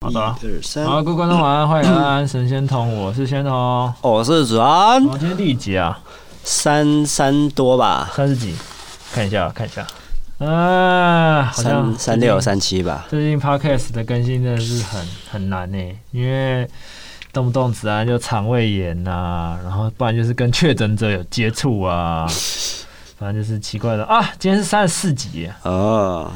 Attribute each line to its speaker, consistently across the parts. Speaker 1: 好的，一二三，
Speaker 2: 好，各位观众晚安，欢迎来到安神仙童，我是仙童。哦，
Speaker 1: 我是子安，
Speaker 2: 今天第几集啊？
Speaker 1: 三三多吧，
Speaker 2: 三十几，看一下，看一下。啊，好像
Speaker 1: 三三六三七吧，
Speaker 2: 最近 podcast 的更新真的是很很难呢、因为动不动子安就肠胃炎呐、然后不然就是跟确诊者有接触啊，反正就是奇怪的啊。今天是三十四集耶，
Speaker 1: 哦，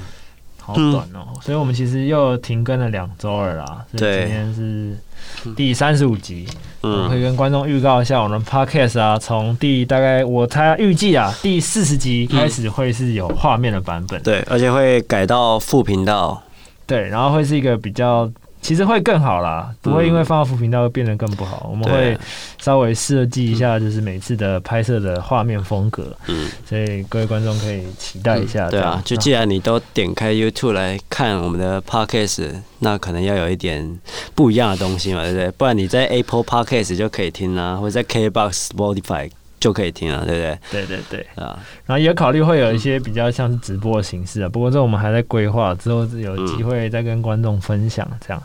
Speaker 2: 好短哦、所以我们其实又停更了两周了啦。所以
Speaker 1: 嗯对
Speaker 2: 今天是第三十五集，我可
Speaker 1: 嗯
Speaker 2: 以跟观众预告一下，我们 podcast 啊，从第大概我猜预计啊第四十集开始会是有画面的版本。
Speaker 1: 对，而且会改到副频道，
Speaker 2: 对，然后会是一个比较，其实会更好啦，不会因为放到副频道会变得更不好。我们
Speaker 1: 嗯对
Speaker 2: 会稍微设计一下，就是每次的拍摄的画面风格，
Speaker 1: 嗯，
Speaker 2: 所以各位观众可以期待一下。
Speaker 1: 对
Speaker 2: 这
Speaker 1: 啊
Speaker 2: 样，
Speaker 1: 就既然你都点开 YouTube 来看我们的 Podcast，那可能要有一点不一样的东西嘛，对不对？不然你在 Apple Podcast 就可以听啊，或者在 KBox、Spotify 就可以听啊，对不对？
Speaker 2: 对对对，
Speaker 1: 对啊，嗯
Speaker 2: 然后也考虑会有一些比较像是直播的形式啊，不过这我们还在规划，之后有机会再跟观众分享这样。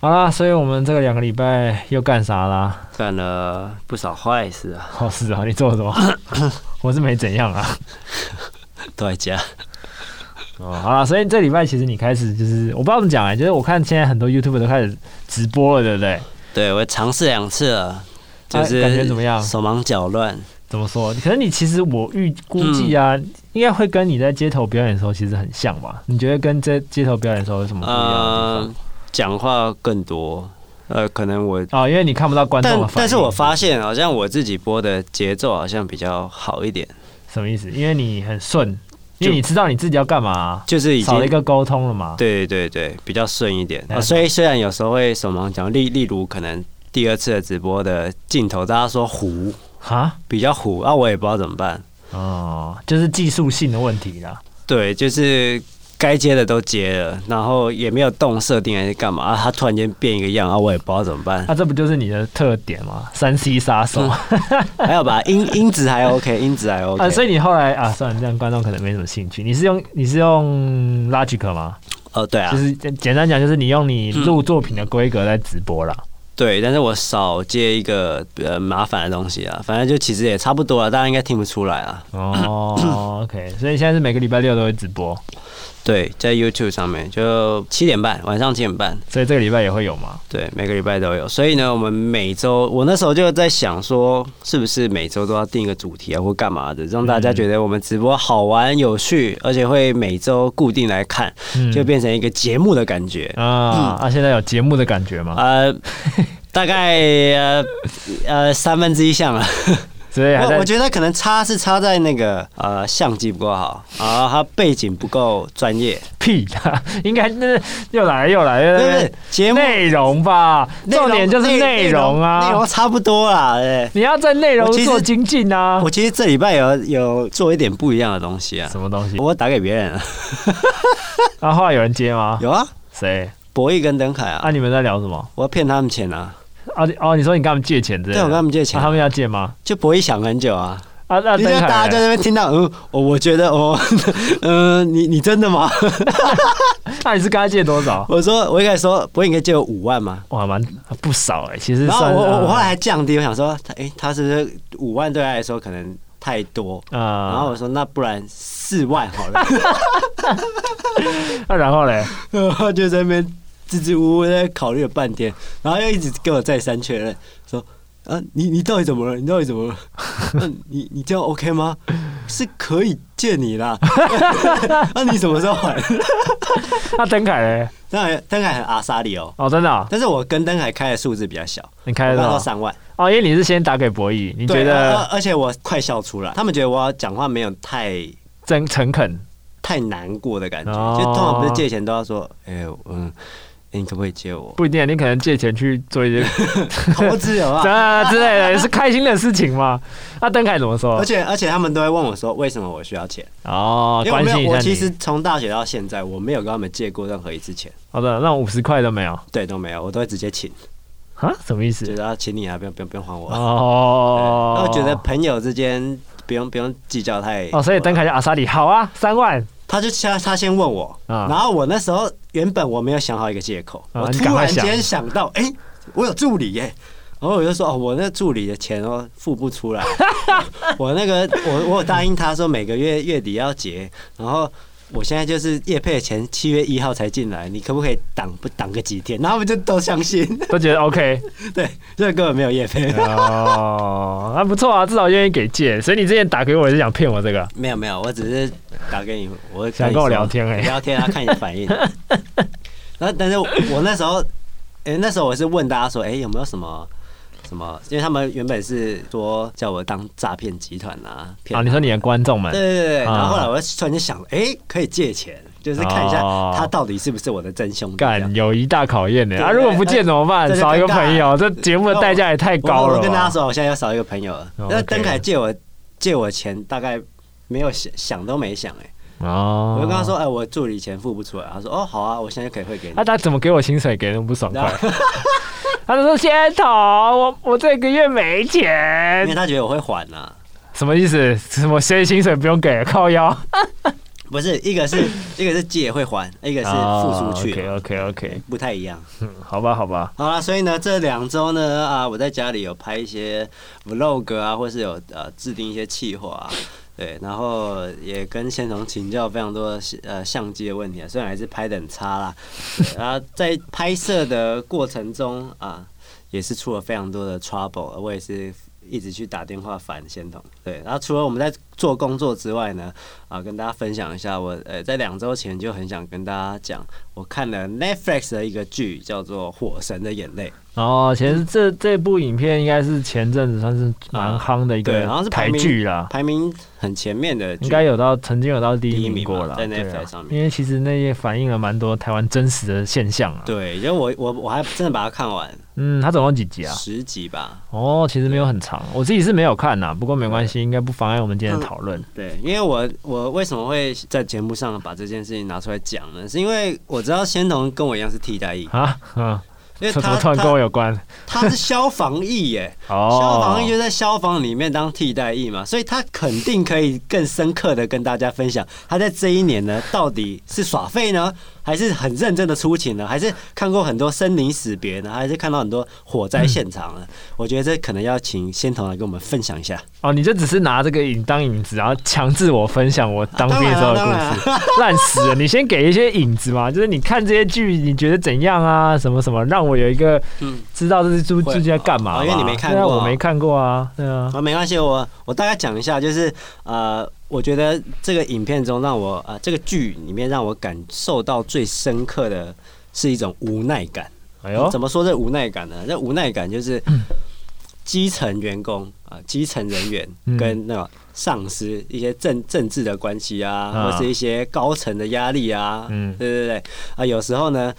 Speaker 2: 好啦，所以我们这个两个礼拜又干啥啦？
Speaker 1: 干了不少坏事啊，
Speaker 2: 好事啊，你做了 什么？我是没怎样啊。
Speaker 1: 都在家。
Speaker 2: 哦，好了，所以这礼拜其实你开始就是，我不知道怎么讲哎、就是我看现在很多 YouTube 都开始直播了，对不对？
Speaker 1: 对我尝试两次了，就
Speaker 2: 哎
Speaker 1: 是、
Speaker 2: 感觉怎么样
Speaker 1: 手忙脚乱。
Speaker 2: 怎么说？可能你其实我预估计啊，
Speaker 1: 嗯
Speaker 2: 应该会跟你在街头表演的时候其实很像吧？你觉得跟在街头表演的时候有什么不一样的地
Speaker 1: 呃
Speaker 2: 方？，
Speaker 1: 讲话更多，呃，可能我。
Speaker 2: 哦，因为你看不到观众
Speaker 1: 但
Speaker 2: 的反应。
Speaker 1: 但是我发现好像我自己播的节奏好像比较好一点，
Speaker 2: 什么意思？因为你很顺，因为你知道你自己要干嘛啊、
Speaker 1: 就是已经
Speaker 2: 少了一个沟通了嘛。
Speaker 1: 对对对，比较顺一点。
Speaker 2: 嗯
Speaker 1: 啊、所以虽然有时候会手忙脚乱，例例如可能第二次的直播的镜头，大家说糊，
Speaker 2: 哈，
Speaker 1: 比较糊啊，我也不知道怎么办。
Speaker 2: 哦，就是技术性的问题啦。
Speaker 1: 对，就是该接的都接了，然后也没有动设定还是干嘛啊，他突然间变一个样啊，我也不知道怎么 办
Speaker 2: 那、。这不就是你的特点吗？三 C 杀手。
Speaker 1: 还有吧，音音质还 OK，音质还嗯 OK。
Speaker 2: 啊，所以你后来啊，算了，这样观众可能没什么兴趣。你是用你是用 Logic 吗？
Speaker 1: 哦，对啊
Speaker 2: 就，
Speaker 1: 嗯
Speaker 2: 是简简单讲，就是你用你录作品的规格在直播啦。
Speaker 1: 对，但是我少接一个呃麻烦的东西啊，反正就其实也差不多了，啊大家应该听不出来啊。
Speaker 2: 哦，OK，所以现在是每个礼拜六都会直播，
Speaker 1: 对，在 YouTube 上面就七点半，晚上七点半，
Speaker 2: 所以这个礼拜也会有吗？
Speaker 1: 对，每个礼拜都有。所以呢，我们每周，我那时候就在想说，是不是每周都要定一个主题啊，或干嘛的，让大家觉得我们直播好玩有趣，而且会每周固定来看，
Speaker 2: 嗯
Speaker 1: 就变成一个节目的感觉。
Speaker 2: 啊、啊，现在有节目的感觉吗？
Speaker 1: 呃，大概呃呃三分之一项了。
Speaker 2: 所以还
Speaker 1: 我我
Speaker 2: 在
Speaker 1: 觉得可能差是差在那个呃相机不够好，啊，他背景不够专业，
Speaker 2: 屁啦，应该那又来又来，又
Speaker 1: 对
Speaker 2: 来
Speaker 1: 不对？节目
Speaker 2: 内容吧，
Speaker 1: 内容
Speaker 2: 重点就是内容
Speaker 1: 内容
Speaker 2: 啊，
Speaker 1: 差不多啦，对。
Speaker 2: 你要在内容
Speaker 1: 我其实
Speaker 2: 做精进啊
Speaker 1: 我。其实这礼拜有有做一点不一样的东西啊，
Speaker 2: 什么东西？
Speaker 1: 我打给别人了，
Speaker 2: 然啊后后来有人接吗？
Speaker 1: 有啊，
Speaker 2: 谁？
Speaker 1: 博弈跟邓凯啊
Speaker 2: 啊，，你们在聊什么？
Speaker 1: 我要骗他们钱啊，
Speaker 2: 啊你哦，你说你跟他们借钱之类
Speaker 1: 对
Speaker 2: 的，
Speaker 1: 我跟他们借
Speaker 2: 啊
Speaker 1: 钱
Speaker 2: 他
Speaker 1: 啊，
Speaker 2: 们要借吗？
Speaker 1: 就博弈想很久啊，
Speaker 2: 啊，那
Speaker 1: 你就
Speaker 2: 邓
Speaker 1: 大
Speaker 2: 凯
Speaker 1: 家在
Speaker 2: 嘞，
Speaker 1: 那边听到，嗯，我我觉得哦， 嗯，你你真的吗？
Speaker 2: 那你是跟他借多少？
Speaker 1: 我说我应该说博弈应该借我五万吗？
Speaker 2: 哇，蛮不少哎，其实
Speaker 1: 然后
Speaker 2: 算
Speaker 1: 我我
Speaker 2: 呃
Speaker 1: 我后来还降低，我想说，他诶，他是不是五万对他来说可能太多？然后
Speaker 2: 啊，
Speaker 1: 我说那不然四万好了，
Speaker 2: 那然后嘞，
Speaker 1: 然后 就在那边支支吾吾在考虑了半天，然后又一直跟我再三确认说，啊你你到底怎么了？你到底 怎么了？嗯、你你这样 OK 吗？是可以借你啦，那、你什么时候还？
Speaker 2: 那灯凯嘞？
Speaker 1: 当然灯海很阿莎里哦，
Speaker 2: 哦，真的哦，
Speaker 1: 但是我跟灯海开的数字比较小，
Speaker 2: 你开
Speaker 1: 我
Speaker 2: 得
Speaker 1: 刚到
Speaker 2: 到
Speaker 1: 三万。
Speaker 2: 哦，因为你是先打给博弈，你
Speaker 1: 对呃
Speaker 2: 觉
Speaker 1: 而
Speaker 2: 得
Speaker 1: 而且我快笑出来，他们觉得我讲话没有太
Speaker 2: 真诚恳，
Speaker 1: 太难过的感觉，
Speaker 2: 哦
Speaker 1: 就通常不是借钱都要说，哎、嗯、你可不可以借我
Speaker 2: 不一定，啊你可能借钱去做一些
Speaker 1: 投资好不哦 好？
Speaker 2: 这之类的，也是开心的事情嘛。 那邓凯怎么说
Speaker 1: 而？且而且他们都会问我说，为什么我需要钱？
Speaker 2: 哦，
Speaker 1: 因为
Speaker 2: 关
Speaker 1: 我没
Speaker 2: 心
Speaker 1: 有，
Speaker 2: 一下
Speaker 1: 我
Speaker 2: 你。
Speaker 1: 其实从大学到现在，我没有跟他们借过任何一次钱，
Speaker 2: 好的，那五十块都没有
Speaker 1: 对，都没有，我都会直接请，
Speaker 2: 啊？什么意
Speaker 1: 就
Speaker 2: 思？
Speaker 1: 是要请你啊，不用不用不用还我。对
Speaker 2: 哦
Speaker 1: 那，我觉得朋友之间不用不用计较太
Speaker 2: 哦，所以邓凯就阿萨里好啊，三万
Speaker 1: 他就先他先问我，
Speaker 2: 啊
Speaker 1: 然后我那时候原本我没有想好一个借口，
Speaker 2: 啊
Speaker 1: 我
Speaker 2: 你
Speaker 1: 突
Speaker 2: 赶快
Speaker 1: 然
Speaker 2: 想
Speaker 1: 间想到，哎、我有助理耶、然后我就说，哦，我那助理的钱哦付不 出来，我那个我我有答应他说每个月月底要结，然后。我现在就是叶配的钱，七月一号才进来，你可不可以挡不挡个几天？然后他们就都相信，
Speaker 2: 都觉得 OK
Speaker 1: 对，这个根本没有叶配，
Speaker 2: 哦，那不错啊，至少愿意给借。所以你之前打给我也是想骗我这个，
Speaker 1: 没有没有，我只是打给你，我跟你
Speaker 2: 想跟我
Speaker 1: 说
Speaker 2: 聊天而已
Speaker 1: 聊天啊，看你的反应。然后，但是我那时候，哎、那时候我是问大家说，哎、有没有什么什么？因为他们原本是说叫我当诈骗集团啊，骗
Speaker 2: 啊，你说你的观众们
Speaker 1: 对对对对。
Speaker 2: 啊
Speaker 1: 然后后来我就突然间想，哎、可以借钱，就是看一下
Speaker 2: 哦
Speaker 1: 他到底是不是我的真兄弟。啊这样
Speaker 2: 干友谊大考验呢
Speaker 1: 对
Speaker 2: 啊！如果不借怎么办？
Speaker 1: 这就
Speaker 2: 少一个
Speaker 1: 尴尬
Speaker 2: 朋友，这节目的代价也太高
Speaker 1: 我
Speaker 2: 了
Speaker 1: 我跟大家
Speaker 2: 吧。
Speaker 1: 说，我现在要少一个朋友了。
Speaker 2: 哦
Speaker 1: 那
Speaker 2: OK
Speaker 1: 邓凯借我借我钱，大概没有想想都没想、哎。
Speaker 2: 哦
Speaker 1: 我就跟他说，哎、我助理钱付不出来。他说，哦，好啊，我现在就可以汇给你。
Speaker 2: 啊，他怎么给我薪水给那么不爽快
Speaker 1: 然？后，
Speaker 2: 他就说：“先头，我我这个月没
Speaker 1: 因为
Speaker 2: 钱，
Speaker 1: 他觉得我会还啊，
Speaker 2: 什么意思？什么谁薪水不用给？靠腰？
Speaker 1: 不是一个是一个是借会还，一个是付出去，
Speaker 2: 哦 OK
Speaker 1: 啊
Speaker 2: OK OK，
Speaker 1: 不太一样。
Speaker 2: 好吧好吧，
Speaker 1: 好啦，所以呢，这两周呢，啊，我在家里有拍一些 vlog 啊，或是有呃制定一些企划啊。对，然后也跟仙童请教非常多的呃相机的问题啊，虽然还是拍的很差啦，对然后在拍摄的过程中啊，也是出了非常多的 trouble，我也是一直去打电话烦仙童。对，然后除了我们在做工作之外呢，啊，跟大家分享一下，我呃在两周前就很想跟大家讲，我看了 Netflix 的一个剧叫做《火神的眼泪》，
Speaker 2: 然后哦其实这这部影片应该是前阵子算是蛮夯的一
Speaker 1: 对，
Speaker 2: 个
Speaker 1: 好像是
Speaker 2: 台
Speaker 1: 排名
Speaker 2: 剧啦，
Speaker 1: 排名很前面的剧，
Speaker 2: 应该有到曾经有到第
Speaker 1: 第
Speaker 2: 一
Speaker 1: 一
Speaker 2: 名
Speaker 1: 名
Speaker 2: 过
Speaker 1: 嘛
Speaker 2: 了，
Speaker 1: 在
Speaker 2: 对
Speaker 1: Netflix
Speaker 2: 啊
Speaker 1: 上面
Speaker 2: 因为其实那也反映了蛮多台湾真实的现象啊。
Speaker 1: 对，因为我我我还真的把它看完
Speaker 2: 嗯，它总共几集啊？
Speaker 1: 十集吧，
Speaker 2: 哦，其实没有很长，我自己是没有看呐，不过没关系，应该不妨碍我们
Speaker 1: 嗯
Speaker 2: 今天的讨论。
Speaker 1: 对，因为我我为什么会在节目上把这件事情拿出来讲呢？是因为我知道仙童跟我一样是替代役，
Speaker 2: 啊，嗯，
Speaker 1: 因为
Speaker 2: 这怎
Speaker 1: 他
Speaker 2: 么突然跟
Speaker 1: 他
Speaker 2: 我有关？
Speaker 1: 他是消防役耶，
Speaker 2: 哦，
Speaker 1: 消防役就在消防里面当替代役嘛，所以他肯定可以更深刻的跟大家分享，他在这一年呢，到底是耍废呢，还是很认真的出勤呢，还是看过很多生离死别呢，还是看到很多火灾现场呢？我觉得这可能要请仙童来跟我们分享一下。
Speaker 2: 哦，你就只是拿这个影当影子，然后强制我分享我当
Speaker 1: 啊当
Speaker 2: 兵的
Speaker 1: 然
Speaker 2: 时候
Speaker 1: 了，
Speaker 2: 的
Speaker 1: 当
Speaker 2: 故
Speaker 1: 然啊
Speaker 2: 事，
Speaker 1: 了，
Speaker 2: 烂死了！你先给一些影子嘛，就是你看这些剧，你觉得怎样啊？什么什么，让我有一个
Speaker 1: 嗯
Speaker 2: 知道这是猪
Speaker 1: 会
Speaker 2: 最近在干嘛嘛、
Speaker 1: 哦因为你没看过啊
Speaker 2: 对啊，我没看过啊，对啊，
Speaker 1: 啊，没关系，我我大概讲一下，就是呃，我觉得这个影片中让我呃，这个剧里面让我感受到最深刻的是一种无奈感。
Speaker 2: 哎呦嗯
Speaker 1: 怎，么说这无奈感呢？这无奈感就是基层员工啊、呃基层人员
Speaker 2: 嗯
Speaker 1: 跟那个上司一些政政治的关系啊，
Speaker 2: 啊
Speaker 1: 或是一些高层的压力啊，
Speaker 2: 嗯
Speaker 1: 对对对啊、有时候呢。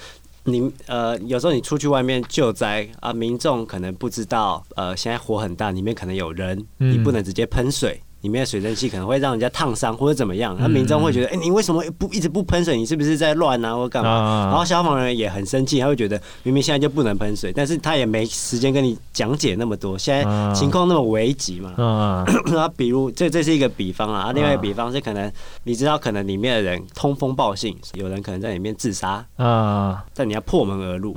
Speaker 1: 你呃，有时候你出去外面救灾啊，民众可能不知道，呃，现在火很大，里面可能有人，
Speaker 2: 嗯
Speaker 1: 你不能直接喷水，里面的水蒸气可能会让人家烫伤或者怎么样，
Speaker 2: 嗯
Speaker 1: 那、民众会觉得，哎、你为什么不一直不喷水？你是不是在乱啊，或干嘛？
Speaker 2: 啊
Speaker 1: 然后消防人也很生气，他会觉得明明现在就不能喷水，但是他也没时间跟你讲解那么多，现
Speaker 2: 啊
Speaker 1: 在情况那么危急 嘛。
Speaker 2: 嗯，
Speaker 1: 那、比如这这是一个比方啊，啊另外一个比方是可能你知道，可能里面的人通风报信，有人可能在里面自杀，
Speaker 2: 嗯
Speaker 1: 但你要破门而入，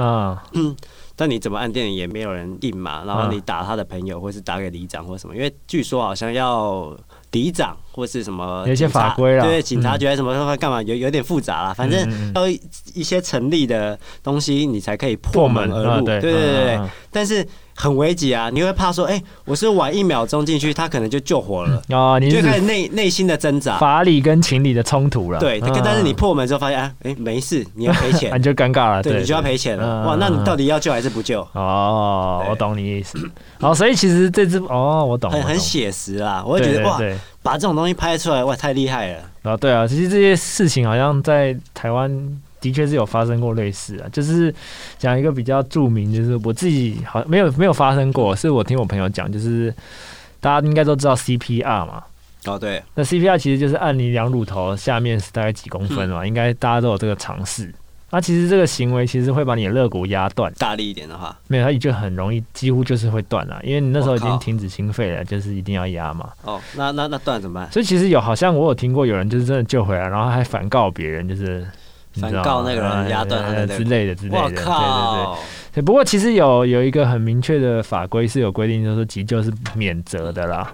Speaker 2: 嗯
Speaker 1: 但你怎么按电铃也没有人应嘛，
Speaker 2: 啊
Speaker 1: 然后你打他的朋友，或是打给里长或什么，因为据说好像要里长或是什么
Speaker 2: 有一些
Speaker 1: 警察
Speaker 2: 法规啦
Speaker 1: 对警察局还是什么干嘛，有有点复杂啦，反正
Speaker 2: 嗯嗯
Speaker 1: 要一些成立的东西，你才可以
Speaker 2: 破
Speaker 1: 破门
Speaker 2: 门啊，
Speaker 1: 而入，
Speaker 2: 对
Speaker 1: 对对对对。
Speaker 2: 嗯嗯
Speaker 1: 但是很危急啊，你会怕说，哎、我是晚一秒钟进去，他可能就救活了，
Speaker 2: 哦，你
Speaker 1: 你就是开始
Speaker 2: 指
Speaker 1: 内内心的挣扎。
Speaker 2: 法理跟情理的冲突了。
Speaker 1: 对，但但是你
Speaker 2: 嗯
Speaker 1: 破门之后发现，哎、哎、没事，你要赔
Speaker 2: 啊
Speaker 1: 钱
Speaker 2: 你，就尴尬了，
Speaker 1: 对，
Speaker 2: 对，
Speaker 1: 你就要
Speaker 2: 对
Speaker 1: 赔钱
Speaker 2: 嗯
Speaker 1: 了。哇，那你到底要救还是不救？
Speaker 2: 哦，
Speaker 1: 对
Speaker 2: 我懂你意思。哦，所以其实这支哦，我懂，
Speaker 1: 很
Speaker 2: 我
Speaker 1: 很
Speaker 2: 懂
Speaker 1: 写实啦，我
Speaker 2: 对
Speaker 1: 会觉得
Speaker 2: 对
Speaker 1: 哇，
Speaker 2: 对，
Speaker 1: 把这种东西拍出来，哇，太厉害了。
Speaker 2: 然后对啊，其实这些事情好像在台湾的确是有发生过类似啊，就是讲一个比较著名，就是我自己好像没有没有发生过，是我听我朋友讲，就是大家应该都知道 CPR 嘛。
Speaker 1: 哦，对，
Speaker 2: 那 CPR 其实就是按你两乳头下面是大概几公分
Speaker 1: 嗯
Speaker 2: 嘛，应该大家都有这个尝试。那、其实这个行为其实会把你的肋骨压断，
Speaker 1: 大力一点的话，
Speaker 2: 没有它就很容易，几乎就是会断了、因为你那时候已
Speaker 1: 我
Speaker 2: 经
Speaker 1: 靠
Speaker 2: 停止心肺了，就是一定要压嘛。
Speaker 1: 哦，那那那断了怎么办？
Speaker 2: 所以其实有好像我有听过有人就是真的救回来，然后还反告别人，就是你知道吗
Speaker 1: 反告那个人压断他的
Speaker 2: 呃
Speaker 1: 那个
Speaker 2: 之类的之类的，
Speaker 1: 我
Speaker 2: 对对对
Speaker 1: 靠！
Speaker 2: 对。不过其实有有一个很明确的法规是有规定，就是说急救是免责的啦。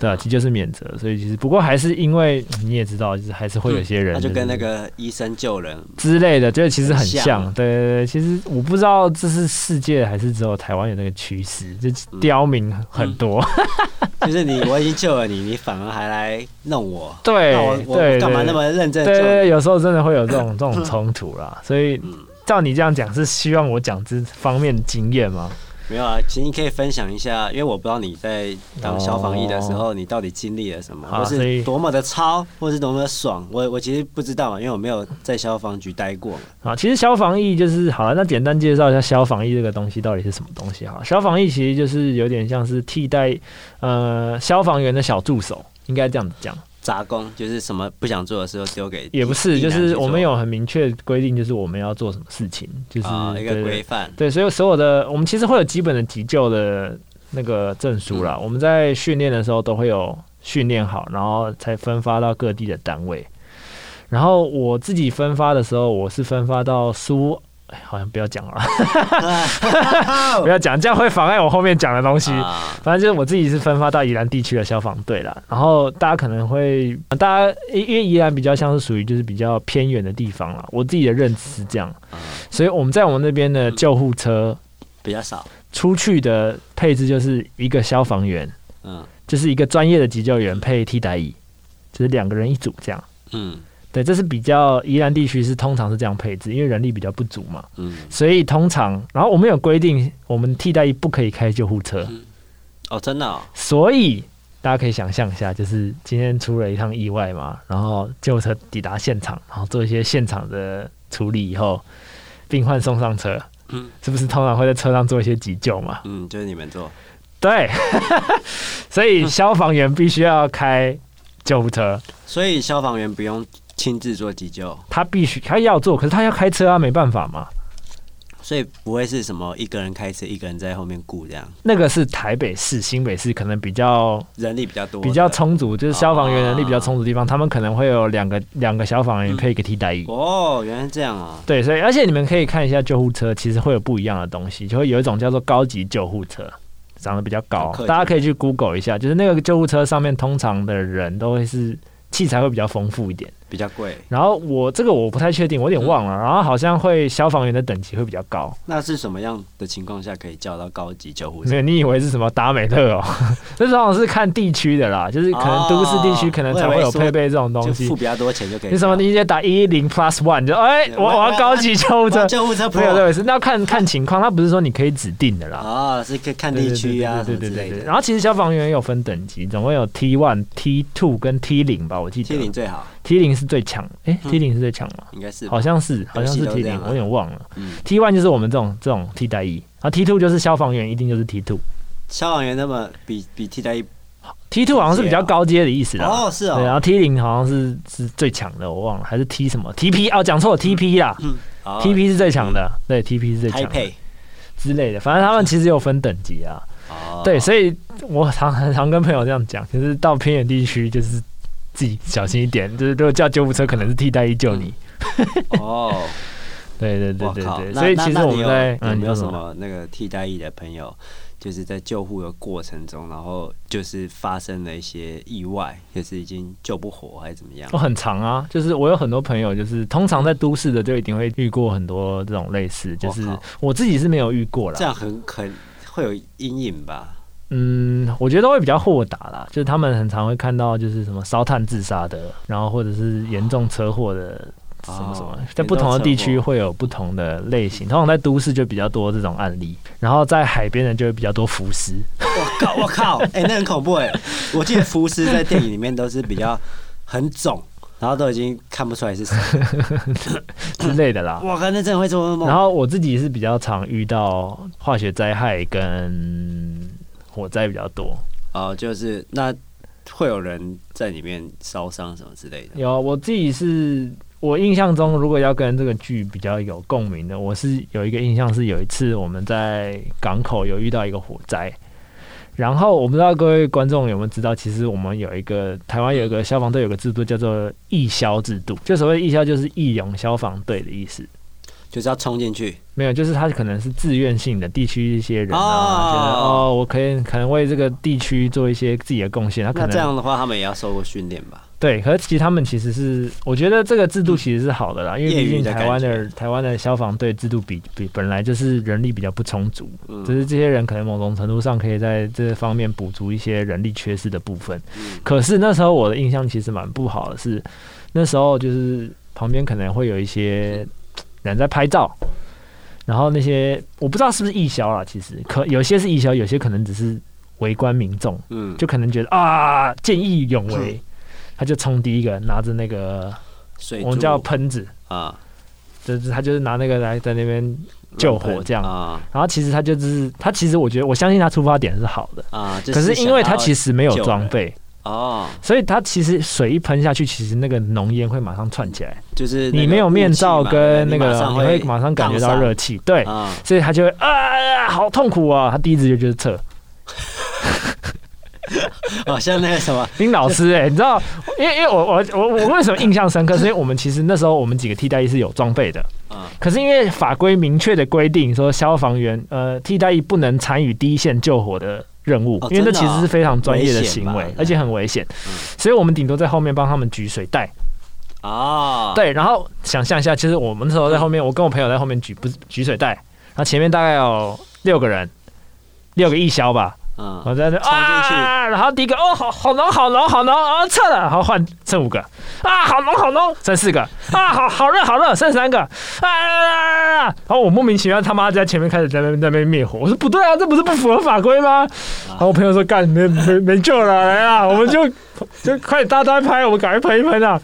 Speaker 2: 对啊，急救是免责，所以其实不过还是因为嗯你也知道，就是还是会有些人、
Speaker 1: 他就跟嗯那
Speaker 2: 是
Speaker 1: 个医生救人，
Speaker 2: 之类的，就是其实很
Speaker 1: 很像
Speaker 2: 像。对对对，其实我不知道这是世界还是只有台湾有那个趋势，就是
Speaker 1: 嗯
Speaker 2: 刁民很多。
Speaker 1: 就是你我已经救了你，你反而还来弄我，
Speaker 2: 对
Speaker 1: 那我我
Speaker 2: 对，
Speaker 1: 干嘛
Speaker 2: 对
Speaker 1: 那么认真
Speaker 2: 对对
Speaker 1: 地
Speaker 2: 对，
Speaker 1: 救你？
Speaker 2: 有时候真的会有这 种这种冲突啦。所以
Speaker 1: 嗯
Speaker 2: 照你这样讲，是希望我讲这方面的经验吗？
Speaker 1: 没有啊，其实你可以分享一下，因为我不知道你在当消防医的时候，你到底经历了什么，
Speaker 2: 哦好
Speaker 1: 或
Speaker 2: 所以
Speaker 1: 是多么的超，或是多么的爽。我我其实不知道啊嘛，因为我没有在消防局待过嘛。
Speaker 2: 啊，其实消防役就是好了，那简单介绍一下消防役这个东西到底是什么东西哈。消防役其实就是有点像是替代呃消防员的小助手，应该这样子讲，
Speaker 1: 杂工就是什么不想做的时候丢给
Speaker 2: 也不是，
Speaker 1: 一
Speaker 2: 就
Speaker 1: 男去
Speaker 2: 是
Speaker 1: 做
Speaker 2: 我们有很明确规定，就是我们要做什么事情，就是、
Speaker 1: 啊一个
Speaker 2: 嗯对
Speaker 1: 规 范，
Speaker 2: 对，所以所有的我们其实会有基本的急救的那个证书
Speaker 1: 嗯
Speaker 2: 啦。我们在训练的时候都会有训练好，然后才分发到各地的单位。然后我自己分发的时候，我是分发到苏，哎好像不要讲了， 不要讲，这样会妨碍我后面讲的东西。
Speaker 1: 啊
Speaker 2: 反正就是我自己是分发到宜兰地区的消防队啦，然后大家可能会，大家因因为宜兰比较像是属于就是比较偏远的地方啦，我自己的认知是这样，所以我们在我们那边的救护车
Speaker 1: 比较少，
Speaker 2: 出去的配置就是一个消防员，
Speaker 1: 嗯
Speaker 2: 就是一个专业的急救员配替代役，就是两个人一组这样。
Speaker 1: 嗯
Speaker 2: 对，这是比较宜兰地区是通常是这样配置，因为人力比较不足嘛，
Speaker 1: 嗯，
Speaker 2: 所以通常，然后我们有规定，我们替代役不可以开救护车，
Speaker 1: 哦，真的哦，
Speaker 2: 所以大家可以想象一下，就是今天出了一趟意外嘛，然后救护车抵达现场，然后做一些现场的处理以后，病患送上车，
Speaker 1: 嗯
Speaker 2: 是不是通常会在车上做一些急救 嘛？
Speaker 1: 嗯，就是你们做，
Speaker 2: 对，所以消防员必须要开救护车，
Speaker 1: 所以消防员不用亲自做急救，
Speaker 2: 他必须他要做，可是他要开车啊，没办法嘛。
Speaker 1: 所以不会是什么一个人开车，一个人在后面顾这样，
Speaker 2: 那个是台北市、新北市可能比较
Speaker 1: 人力比较多，
Speaker 2: 比较。充足，就是消防员能力比较
Speaker 1: 啊
Speaker 2: 充足的地方，他们可能会有两个两个消防员配一个替代役。
Speaker 1: 哦，原来这样啊！
Speaker 2: 对，所以而且你们可以看一下救护车，其实会有不一样的东西，就会有一种叫做高级救护车，长得比较高
Speaker 1: 很客，气
Speaker 2: 大家可以去 Google 一下，就是那个救护车上面通常的人都会是器材会比较丰富一点。
Speaker 1: 比较贵，
Speaker 2: 然后我这个我不太确定，我有
Speaker 1: 嗯
Speaker 2: 点忘了。然后好像会消防员的等级会比较高。
Speaker 1: 那是什么样的情况下可以叫到高级救护车
Speaker 2: 没？有，你以为是什么达美乐哦？ 这种是看地区的啦，就是可能
Speaker 1: 哦
Speaker 2: 都市地区可能才会有配备这种东
Speaker 1: 就
Speaker 2: 西
Speaker 1: 付。比较多钱就可以叫。
Speaker 2: 你什么？你直接打一零 plus one 就哎、我我要高级救护
Speaker 1: 哇
Speaker 2: 车。
Speaker 1: 救护车不
Speaker 2: 没有
Speaker 1: 用
Speaker 2: 这回事，那要看看情况，它不是说你可以指定的啦。
Speaker 1: 啊，是可以看
Speaker 2: 对
Speaker 1: 地
Speaker 2: 对
Speaker 1: 区啊什
Speaker 2: 对
Speaker 1: 么
Speaker 2: 对
Speaker 1: 之
Speaker 2: 对
Speaker 1: 类
Speaker 2: 对对。
Speaker 1: 的。
Speaker 2: 然后其实消防员也有分等级，总共有 T one、T two 跟 T 零吧，我记
Speaker 1: 七零
Speaker 2: 得。
Speaker 1: 最好，
Speaker 2: T 零是最强，哎，T 零是最强吗？
Speaker 1: 应该是吧
Speaker 2: 好像是，好像是
Speaker 1: 游戏都
Speaker 2: T
Speaker 1: 这
Speaker 2: 零
Speaker 1: 样，啊
Speaker 2: 我有点忘了。
Speaker 1: 嗯
Speaker 2: T one 就是我们这种这种替代役，然后 T two 就是消防员，一定就是 T two。
Speaker 1: 消防员那么比比替代一
Speaker 2: T two 好像是比较高阶的意思啦。
Speaker 1: 啊哦是
Speaker 2: 对，然
Speaker 1: 哦
Speaker 2: 后 T 零好像是是最强的，我忘了，还是 T 什么 TP 哦，讲错了 TP 啦、
Speaker 1: 哦
Speaker 2: t p 是最强的，对，TP 是最
Speaker 1: 台
Speaker 2: 强的
Speaker 1: 配
Speaker 2: 之类的，反正他们其实有分等级啊。
Speaker 1: 哦
Speaker 2: 对，所以我常 很常跟朋友这样讲，就是到偏远地区就是自己小心一点，就是如果叫救护车，可能是替代役救你。
Speaker 1: 哦，
Speaker 2: 对对对
Speaker 1: 我
Speaker 2: 对
Speaker 1: 嗯靠！
Speaker 2: 对，
Speaker 1: 那
Speaker 2: 所以
Speaker 1: 那
Speaker 2: 其实
Speaker 1: 那
Speaker 2: 我们
Speaker 1: 你有
Speaker 2: 在
Speaker 1: 有
Speaker 2: 嗯，你
Speaker 1: 没
Speaker 2: 说
Speaker 1: 有什
Speaker 2: 什么？
Speaker 1: 么那个替代役的朋友，就是在救护的过程中，然后就是发生了一些意外，就是已经救不活还是怎么样
Speaker 2: 我？很长啊，就是我有很多朋友，就是通常在都市的就一定会遇过很多这种类似，就是
Speaker 1: 我靠
Speaker 2: 我自己是没有遇过啦
Speaker 1: 这。样很很会有阴影吧？
Speaker 2: 嗯，我觉得会比较豁达啦，就是他们很常会看到就是什么烧炭自杀的，然后或者是严重车祸的什么什么
Speaker 1: 哦，
Speaker 2: 在不同的地
Speaker 1: 严
Speaker 2: 区
Speaker 1: 重车
Speaker 2: 会有不同的类型，通常在都市就比较多这种案例，然后在海边的就会比较多浮尸。
Speaker 1: 我靠，我靠， 哎、那很恐怖哎、我记得浮尸在电影里面都是比较很肿，然后都已经看不出来是 谁。
Speaker 2: 之类的啦。
Speaker 1: 哇，靠，那真的会做噩梦。
Speaker 2: 然后我自己是比较常遇到化学灾害跟火灾比较多。
Speaker 1: 哦，就是那会有人在里面烧伤什么之类的。
Speaker 2: 有我自己是我印象中，如果要跟这个剧比较有共鸣的，我是有一个印象是有一次我们在港口有遇到一个火灾。然后我不知道各位观众有没有知道，其实我们有一个台湾有一个消防队有个制度叫做义消制度，就所谓义消就是义勇消防队的意思。
Speaker 1: 就是要冲进去，
Speaker 2: 没有，就是他可能是自愿性的地区一些人
Speaker 1: 哦
Speaker 2: 啊，觉得哦，我可以可能为这个地区做一些自己的贡献，他可
Speaker 1: 那这
Speaker 2: 能
Speaker 1: 样的话，他们也要受过训练吧？
Speaker 2: 对，可是其实他们其实是，我觉得这个制度其实是好的啦，因为
Speaker 1: 嗯业余
Speaker 2: 毕竟
Speaker 1: 的
Speaker 2: 台湾
Speaker 1: 感
Speaker 2: 的台湾的消防队制度比比本来就是人力比较不充足，
Speaker 1: 嗯
Speaker 2: 只是这些人可能某种程度上可以在这方面补足一些人力缺失的部分。
Speaker 1: 嗯
Speaker 2: 可是那时候我的印象其实蛮不好的是，那时候就是旁边可能会有一些人在拍照，然后那些我不知道是不是义消啦，其实可有些是义消，有些可能只是围观民众，
Speaker 1: 嗯，
Speaker 2: 就可能觉得啊见义勇为，他就冲第一个拿着那个
Speaker 1: 水
Speaker 2: 我们叫
Speaker 1: 柱
Speaker 2: 喷子，
Speaker 1: 啊，
Speaker 2: 就是他就是拿那个来在那边。救火这样
Speaker 1: 啊
Speaker 2: 然后其实他就是他，其实我觉得我相信他出发点是好的，
Speaker 1: 啊，就
Speaker 2: 可是因为他其
Speaker 1: 实
Speaker 2: 实没有
Speaker 1: 救
Speaker 2: 装
Speaker 1: 人
Speaker 2: 备，
Speaker 1: 哦，
Speaker 2: 所以它其实水一喷下去，其实那个浓烟会马上窜起来。
Speaker 1: 就是
Speaker 2: 你没有面罩跟那
Speaker 1: 那
Speaker 2: 个，你会
Speaker 1: 你
Speaker 2: 马上感觉到热气，对，
Speaker 1: 啊，
Speaker 2: 所以他就会啊，好痛苦啊！他第一直觉就是撤。
Speaker 1: 好哦像那个什么
Speaker 2: 林老师、哎，你知道，因为因为我我我我为什么印象深刻？是因为我们其实那时候我们几个替代役是有装备的，
Speaker 1: 啊
Speaker 2: 可是因为法规明确的规定说，消防员呃替代役不能参与第一线救火的任务
Speaker 1: 哦，
Speaker 2: 因为这
Speaker 1: 真的
Speaker 2: 其
Speaker 1: 啊
Speaker 2: 实是非常专业的
Speaker 1: 危险
Speaker 2: 行
Speaker 1: 吧嗯
Speaker 2: 为
Speaker 1: 对，
Speaker 2: 而且很危险，所以我们顶多在后面帮他们举水袋。
Speaker 1: 嗯啊，
Speaker 2: 对，然后想象一下，其实我们那时候在后面，我跟我朋友在后面举不是举水袋，然后前面大概有六个人，六个义消吧，
Speaker 1: 嗯，
Speaker 2: 我在那
Speaker 1: 冲进去
Speaker 2: 啊，然后第一个哦，好好浓好浓好浓啊，撤了，然后换剩五个啊，好浓好浓，剩四个啊，好好热好热，剩三个啊啊，啊啊然后我莫名其妙他妈在前面开始在那边在那边灭火，我说不对啊，这不是不符合法规吗？然后我朋友说干没没没救了，来啊，我们就就快点大家都在拍，我们赶快喷一喷啊！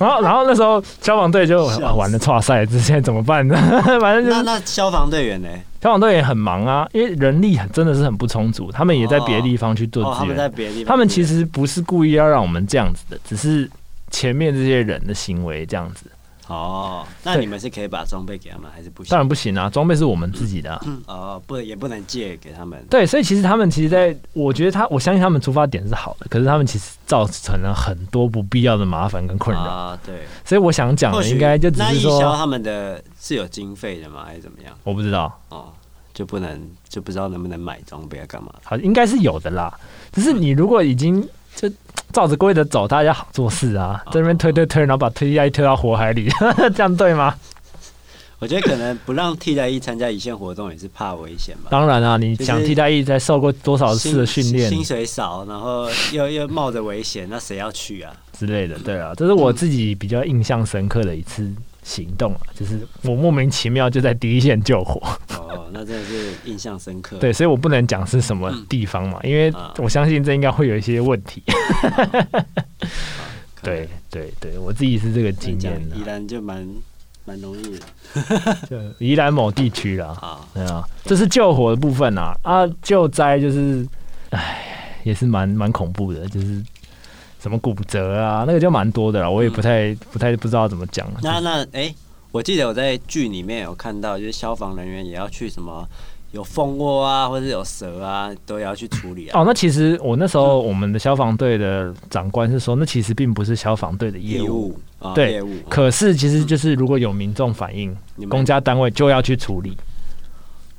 Speaker 2: 然后然后那时候消防队就
Speaker 1: 笑死
Speaker 2: 啊完了，哇塞，这现在怎么办呢？ 反正就是
Speaker 1: 那那消防队员呢？
Speaker 2: 消防队也很忙啊，因为人力很真的是很不充足，他们也在别的地方去做
Speaker 1: 哦，他
Speaker 2: 资源。
Speaker 1: 们在别的地方，
Speaker 2: 他们其实不是故意要让我们这样子的，只是前面这些人的行为这样子，
Speaker 1: 哦，那
Speaker 2: 对
Speaker 1: 你们是可以把装备给他们，还是不行
Speaker 2: 当？然不行啊，装备是我们自己的啊、
Speaker 1: 哦，不也不能借给他们。
Speaker 2: 对，所以其实他们其实在，我觉得他，我相信他们出发点是好的，可是他们其实造成了很多不必要的麻烦跟困扰。
Speaker 1: 啊，对，
Speaker 2: 所以我想讲
Speaker 1: 或
Speaker 2: 的
Speaker 1: 许
Speaker 2: 应该就只
Speaker 1: 那
Speaker 2: 是
Speaker 1: 义消
Speaker 2: 说，
Speaker 1: 他们的是有经费的吗？还是怎么样？
Speaker 2: 我不知道，
Speaker 1: 哦，就不能就不知道能不能买装备要啊干嘛？
Speaker 2: 好，应该是有的啦。只是你如果已经就照着规则走，大家好做事啊，在那边推推推，然后把推压推到火海里， 这样对吗？
Speaker 1: 我觉得可能不让替代役参加一线活动也是怕危险吧。
Speaker 2: 当然啊，你
Speaker 1: 就是
Speaker 2: 想替代役在受过多少次的
Speaker 1: 薪
Speaker 2: 训练
Speaker 1: 薪水少，然后又又冒着危险，那谁要去啊？
Speaker 2: 之类的，对啊，这是我自己比较印象深刻的一次行动啊，就是我莫名其妙就在第一线救火，
Speaker 1: 哦， 那真的是印象深刻。
Speaker 2: 对，所以我不能讲是什么地方嘛，因为
Speaker 1: 啊
Speaker 2: 我相信这应该会有一些问题。
Speaker 1: 可能，
Speaker 2: 对对对，我自己是这个经
Speaker 1: 这样
Speaker 2: 验啊
Speaker 1: 讲
Speaker 2: 的
Speaker 1: 依，然就蛮蛮容易的
Speaker 2: 就宜兰某地区啦，
Speaker 1: 啊。
Speaker 2: 对啊，这是救火的部分啊啊，救灾就是，唉，也是蛮蛮恐怖的，就是什么骨折啊，那个就蛮多的了，我也不太不太不知道怎么讲。
Speaker 1: 嗯
Speaker 2: 啊
Speaker 1: 那那哎、我记得我在剧里面有看到，就是消防人员也要去什么有蜂窝啊，或者有蛇啊，都要去处理啊。
Speaker 2: 哦，那其实我那时候
Speaker 1: 嗯
Speaker 2: 我们的消防队的长官是说，那其实并不是消防队的业
Speaker 1: 业
Speaker 2: 务，
Speaker 1: 务啊，
Speaker 2: 对
Speaker 1: 业务。嗯
Speaker 2: 可是其实就是如果有民众反映，
Speaker 1: 你们
Speaker 2: 公家单位就要去处理。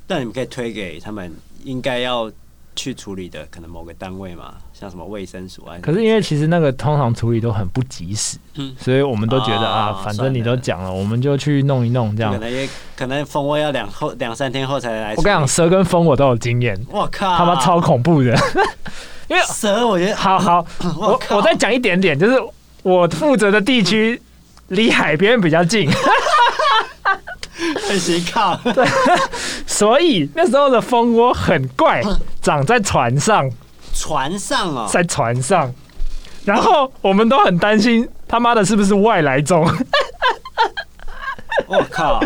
Speaker 1: 但你们可以推给他们，应该要去处理的可能某个单位嘛，像什么卫生署啊。
Speaker 2: 可是因为其实那个通常处理都很不及时，
Speaker 1: 嗯
Speaker 2: 所以我们都觉得啊，
Speaker 1: 啊
Speaker 2: 反正你
Speaker 1: 算
Speaker 2: 都
Speaker 1: 了
Speaker 2: 讲了，我们就去弄一弄这样
Speaker 1: 可。能也可能蜂窝要两后两三天后才来。
Speaker 2: 我跟你讲，，蛇跟风我都有经验，
Speaker 1: 我靠，
Speaker 2: 他妈超恐怖的。
Speaker 1: 蛇，我觉得
Speaker 2: 好好，我
Speaker 1: 靠
Speaker 2: 我再讲一点点，就是我负责的地区离海边比较近，
Speaker 1: 很行哎靠。
Speaker 2: 所以那时候的蜂窝很怪，长在船上，
Speaker 1: 船 上哦，
Speaker 2: 在船上，然后我们都很担心他妈的是不是外来种，
Speaker 1: 我靠，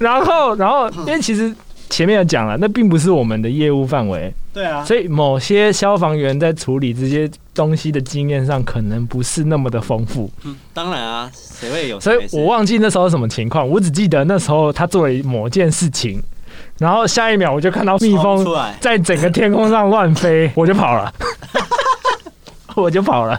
Speaker 2: 然后然后因为其实前面有讲了，那并不是我们的业务范围，
Speaker 1: 对啊，
Speaker 2: 所以某些消防员在处理这些东西的经验上，可能不是那么的丰富。
Speaker 1: 嗯当然啊，谁会有事
Speaker 2: 所以
Speaker 1: 没事？
Speaker 2: 我忘记那时候什么情况，我只记得那时候他做了某件事情，然后下一秒我就看到蜜
Speaker 1: 冲
Speaker 2: 蜂
Speaker 1: 哦出来，
Speaker 2: 在整个天空上乱 飞，我就跑了， 我就跑了，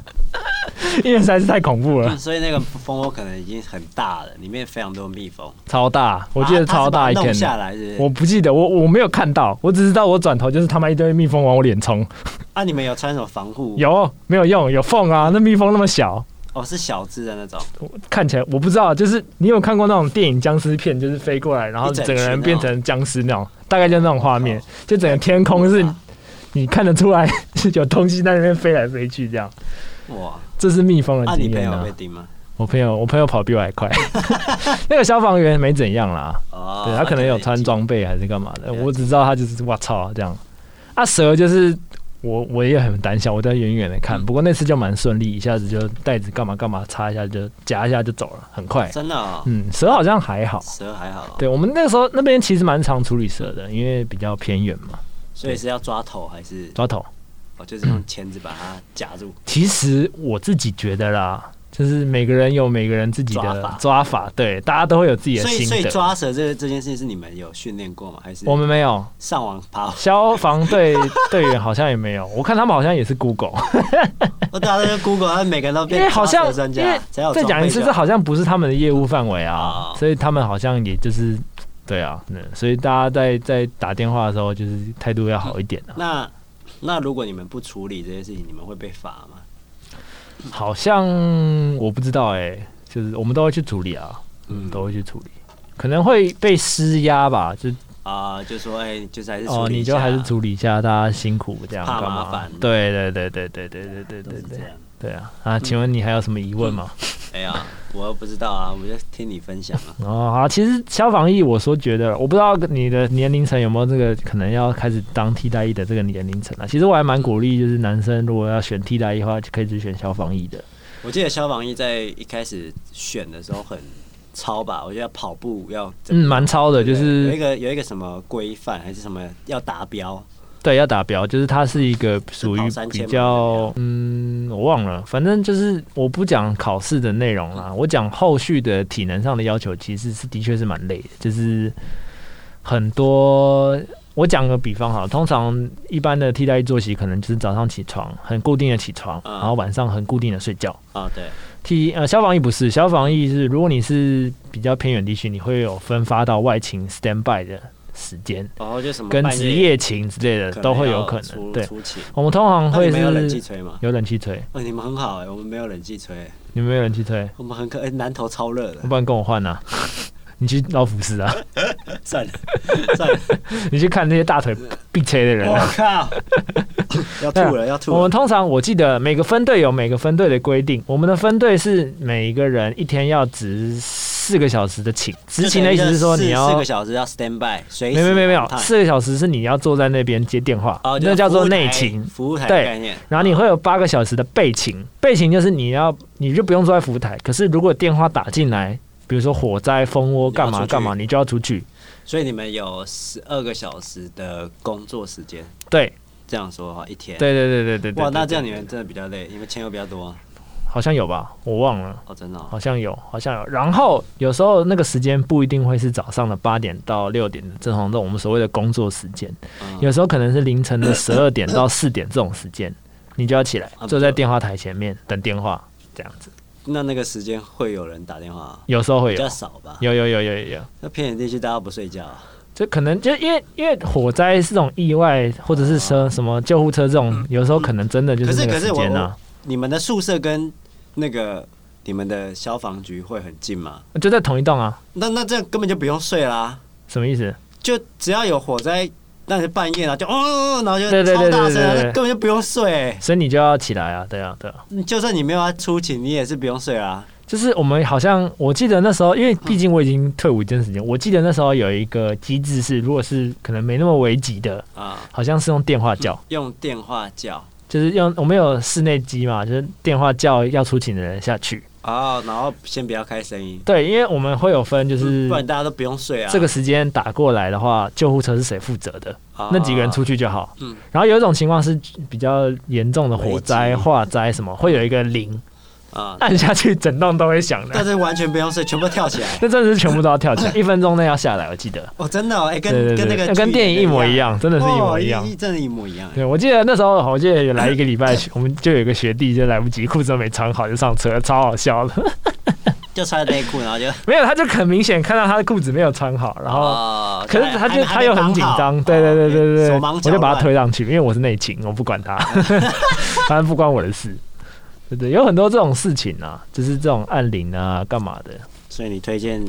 Speaker 2: 因为实在是太恐怖了
Speaker 1: 嗯，所以那个蜂窝可能已经很大了，里面非常多蜜蜂。
Speaker 2: 超大，我记得超大一
Speaker 1: 啊
Speaker 2: 片
Speaker 1: 它是把它弄下
Speaker 2: 的。
Speaker 1: 来是不
Speaker 2: 我
Speaker 1: 是？
Speaker 2: 不记得，我我没有看到，我只知道我转头就是他妈一堆蜜蜂往我脸冲，
Speaker 1: 啊，你们有穿什么防护？，
Speaker 2: 有没有用？有缝啊，那蜜蜂那么小，
Speaker 1: 哦，是小只的那种。
Speaker 2: 看起来我不知道，就是你有看过那种电影僵尸片，就是飞过来，然后
Speaker 1: 一整
Speaker 2: 整
Speaker 1: 群
Speaker 2: 个人变
Speaker 1: 那种
Speaker 2: 成僵尸那种，大概就那种画面
Speaker 1: 哦，
Speaker 2: 就整个天空是
Speaker 1: 哇
Speaker 2: 你看得出来 是有东西在那边飞来飞去这样。
Speaker 1: 哇，
Speaker 2: 这是蜜蜂的
Speaker 1: 啊，你
Speaker 2: 经
Speaker 1: 朋
Speaker 2: 验
Speaker 1: 友
Speaker 2: 啊
Speaker 1: 被！叮吗？
Speaker 2: 我朋友，我朋友跑比我还快。 那个消防员没怎样啦，
Speaker 1: 哦，
Speaker 2: 对他可能有穿装备还是干嘛的，我只知道他就是我操这样。啊，蛇就是我我也很胆小，我在远远的看，
Speaker 1: 嗯
Speaker 2: 不过那次就蛮顺利，一下子就袋子干嘛干嘛擦一下就夹一下就走了，很快。
Speaker 1: 真的哦，
Speaker 2: 嗯，蛇好像还好。
Speaker 1: 蛇还好哦，
Speaker 2: 对我们那时候那边其实蛮常处理蛇的，因为比较偏远嘛，
Speaker 1: 所以是要抓头还是
Speaker 2: 抓头。
Speaker 1: 哦，就是用钳子把它夹住？
Speaker 2: 其实我自己觉得啦，就是每个人有每个人自己
Speaker 1: 抓
Speaker 2: 的
Speaker 1: 法
Speaker 2: 抓法，对，大家都会有自己的
Speaker 1: 所以，所
Speaker 2: 心
Speaker 1: 以
Speaker 2: 得。
Speaker 1: 抓蛇这这件事情是你们有训练过吗？还是
Speaker 2: 我们没有，
Speaker 1: 上网爬？
Speaker 2: 消防队队员好像也没有，我看他们好像也是 Google，
Speaker 1: 我大家都啊 Google，他们每个人都
Speaker 2: 因
Speaker 1: 变
Speaker 2: 为好
Speaker 1: 抓
Speaker 2: 像
Speaker 1: 蛇专
Speaker 2: 因为
Speaker 1: 家，才有
Speaker 2: 再讲一次，这
Speaker 1: 装备
Speaker 2: 好像不是他们的业务范围啊
Speaker 1: 哦，
Speaker 2: 所以他们好像也就是对啊，嗯，所以大家在在打电话的时候，就是态度要好一点啊
Speaker 1: 的。那那如果你们不处理这些事情，你们会被罚吗？
Speaker 2: 好像我不知道哎、就是我们都会去处理啊，
Speaker 1: 嗯
Speaker 2: 嗯，都会去处理，可能会被施压吧，就
Speaker 1: 啊、就说哎、就是还是处
Speaker 2: 哦，
Speaker 1: 理一
Speaker 2: 你就还是
Speaker 1: 下
Speaker 2: 处理一下，大家辛苦这样，
Speaker 1: 怕
Speaker 2: 干嘛
Speaker 1: 麻烦
Speaker 2: 对对对对对对对对
Speaker 1: 都
Speaker 2: 对
Speaker 1: 是这
Speaker 2: 对
Speaker 1: 样。
Speaker 2: 对啊啊！请问你还有什么疑问吗？
Speaker 1: 哎呀，我又不知道啊，我就听你分享 啊。
Speaker 2: 哦，好，其实消防役，我说觉得，我不知道你的年龄层有没有这个可能要开始当替代役的这个年龄层啊。其实我还蛮鼓励，就是男生如果要选替代役的话，就可以去选消防役的。
Speaker 1: 我记得消防役在一开始选的时候很超吧，我觉得跑步要怎么
Speaker 2: 嗯，蛮超的，就
Speaker 1: 有
Speaker 2: 是
Speaker 1: 一个有一个什么规范还是什么要达标，
Speaker 2: 对，要打标，就是它是一个属于
Speaker 1: 是跑3000
Speaker 2: 比
Speaker 1: 吗
Speaker 2: 较，嗯，我忘了，反正就是我不讲考试的内容
Speaker 1: 嗯
Speaker 2: 啦，我讲后续的体能上的要求，其实是的确是蛮累的，就是很多。我讲个比方哈，通常一般的替代役作息可能就是早上起床很固定的起床，
Speaker 1: 嗯
Speaker 2: 然后晚上很固定的睡觉。
Speaker 1: 啊、对，
Speaker 2: 替呃消防役不是，消防役是如果你是比较偏远地区，你会有分发到外勤 stand by 的时间，
Speaker 1: 然后就什么
Speaker 2: 跟
Speaker 1: 半
Speaker 2: 职业勤之类的
Speaker 1: 可能
Speaker 2: 都会有
Speaker 1: 要
Speaker 2: 可能。
Speaker 1: 出
Speaker 2: 对，
Speaker 1: 出勤，
Speaker 2: 我们通常
Speaker 1: 那
Speaker 2: 会
Speaker 1: 你们有冷气
Speaker 2: 是
Speaker 1: 吹吗？
Speaker 2: 有冷气吹，
Speaker 1: 哦，你们很好哎、我们没有冷气吹，
Speaker 2: 你们没有冷气吹，
Speaker 1: 我们很可哎、南头超热 的，
Speaker 2: 不然跟我换啊。你去老虎室啊，
Speaker 1: 算了算了，
Speaker 2: 你去看那些大 腿必吹的人
Speaker 1: 我
Speaker 2: 啊。
Speaker 1: 靠， 要吐了要吐
Speaker 2: 我
Speaker 1: 了
Speaker 2: 们，通常我记得每个分队有每个分队的规定，我们的分队是每一个人一天要值四个小时的勤，执勤的意思是说
Speaker 1: 就等
Speaker 2: 你
Speaker 1: 于是四
Speaker 2: 要
Speaker 1: 个小时要 stand by，随时
Speaker 2: 没有没有没有
Speaker 1: 航太
Speaker 2: 四个小时是你要坐在那边接电话，
Speaker 1: 哦，就
Speaker 2: 那
Speaker 1: 是
Speaker 2: 叫
Speaker 1: 服
Speaker 2: 做
Speaker 1: 务
Speaker 2: 内
Speaker 1: 台
Speaker 2: 勤。
Speaker 1: 服务台的
Speaker 2: 对
Speaker 1: 概念。
Speaker 2: 然后你会有八个小时的备勤，备勤就是你要你就不用坐在服务台，可是如果电话打进来，比如说火灾、蜂窝
Speaker 1: 你要
Speaker 2: 干嘛
Speaker 1: 出去
Speaker 2: 干嘛，你就要出去。
Speaker 1: 所以你们有十二个小时的工作时间，
Speaker 2: 对
Speaker 1: 这样说哈，一天。。
Speaker 2: 对对对对对对。
Speaker 1: 哇，那
Speaker 2: 对
Speaker 1: 这样你们真的比较累，因为钱又比较多
Speaker 2: 好像有吧？我忘了，
Speaker 1: 哦，真的、哦。
Speaker 2: 好像有，好像有。然后有时候那个时间不一定会是早上的八点到六点的正常这种我们所谓的工作时间，
Speaker 1: 嗯
Speaker 2: 有时候可能是凌晨 的十二点到四点这种时间，你就要起来
Speaker 1: 啊
Speaker 2: 坐在电话台前面等电话，这样子。
Speaker 1: 那那个时间会有人打电话、
Speaker 2: 有时候会
Speaker 1: 比
Speaker 2: 有
Speaker 1: 较，少吧？
Speaker 2: 有有有有有有。
Speaker 1: 那偏远地区大家不睡觉、啊，
Speaker 2: 这可能就因为因为火灾是这种意外，或者是车什么救护车这种，有时候可能真的就
Speaker 1: 啊嗯可是
Speaker 2: 那个
Speaker 1: 可
Speaker 2: 时
Speaker 1: 是我
Speaker 2: 间
Speaker 1: 我
Speaker 2: 啊，
Speaker 1: 你们的宿舍跟那个你们的消防局会很近吗？
Speaker 2: 就在同一栋啊，
Speaker 1: 那那这样根本就不用睡啦，
Speaker 2: 什么意思？
Speaker 1: 就只要有火灾，那是半夜然后就哦哦，哦然后就
Speaker 2: 对对
Speaker 1: 超
Speaker 2: 对
Speaker 1: 大声，
Speaker 2: 对对对
Speaker 1: 那根本就不用睡。
Speaker 2: 所以你就要起来啊，对啊，对啊。
Speaker 1: 就算你没有要出勤，你也是不用睡啦。
Speaker 2: 就是我们好像我记得那时候，因为毕竟我已经退伍一段时间，我记得那时候有一个机制是，如果是可能没那么危急的，
Speaker 1: 啊，
Speaker 2: 好像是用电话叫，
Speaker 1: 用电话叫
Speaker 2: 就是用我们有室内机嘛，就是电话叫要出勤的人下去。
Speaker 1: 哦，然后先不要开声音，
Speaker 2: 对，因为我们会有分，就是
Speaker 1: 不然大家都不用睡啊。
Speaker 2: 这个时间打过来的话，救护车是谁负责的，
Speaker 1: 啊
Speaker 2: 那几个人出去就好。
Speaker 1: 嗯
Speaker 2: 然后有一种情况是比较严重的火
Speaker 1: 危
Speaker 2: 灾、
Speaker 1: 机
Speaker 2: 化灾什么，会有一个铃
Speaker 1: 啊，
Speaker 2: 按下去，整栋都会响
Speaker 1: 但
Speaker 2: 的。
Speaker 1: 是完全不用睡，全部跳起来。
Speaker 2: 那真的是全部都要跳 起来，一分钟内要下来，我记得。
Speaker 1: 哦，真的哦，哎，跟
Speaker 2: 对对
Speaker 1: 跟那
Speaker 2: 对，
Speaker 1: 个
Speaker 2: 那跟
Speaker 1: 剧
Speaker 2: 电影一模一
Speaker 1: 样。
Speaker 2: 样，真的是一模一样
Speaker 1: 哦。真的一模一样。
Speaker 2: 对，我记得那时候，我记得有来一个礼 拜，我们就有一个学弟就来不及，裤子都没穿好就上车，超好笑的。
Speaker 1: 就穿内裤，然后就
Speaker 2: 没有，他就很明显看到他的裤子没有穿好，然后
Speaker 1: 哦
Speaker 2: 可是他就他又很紧张，对对对对对，我就把他推上去，因为我是内勤，我不管 他， 反正不关我的事。对对，有很多这种事情啊，就是这种按铃啊，干嘛的。
Speaker 1: 所以你推荐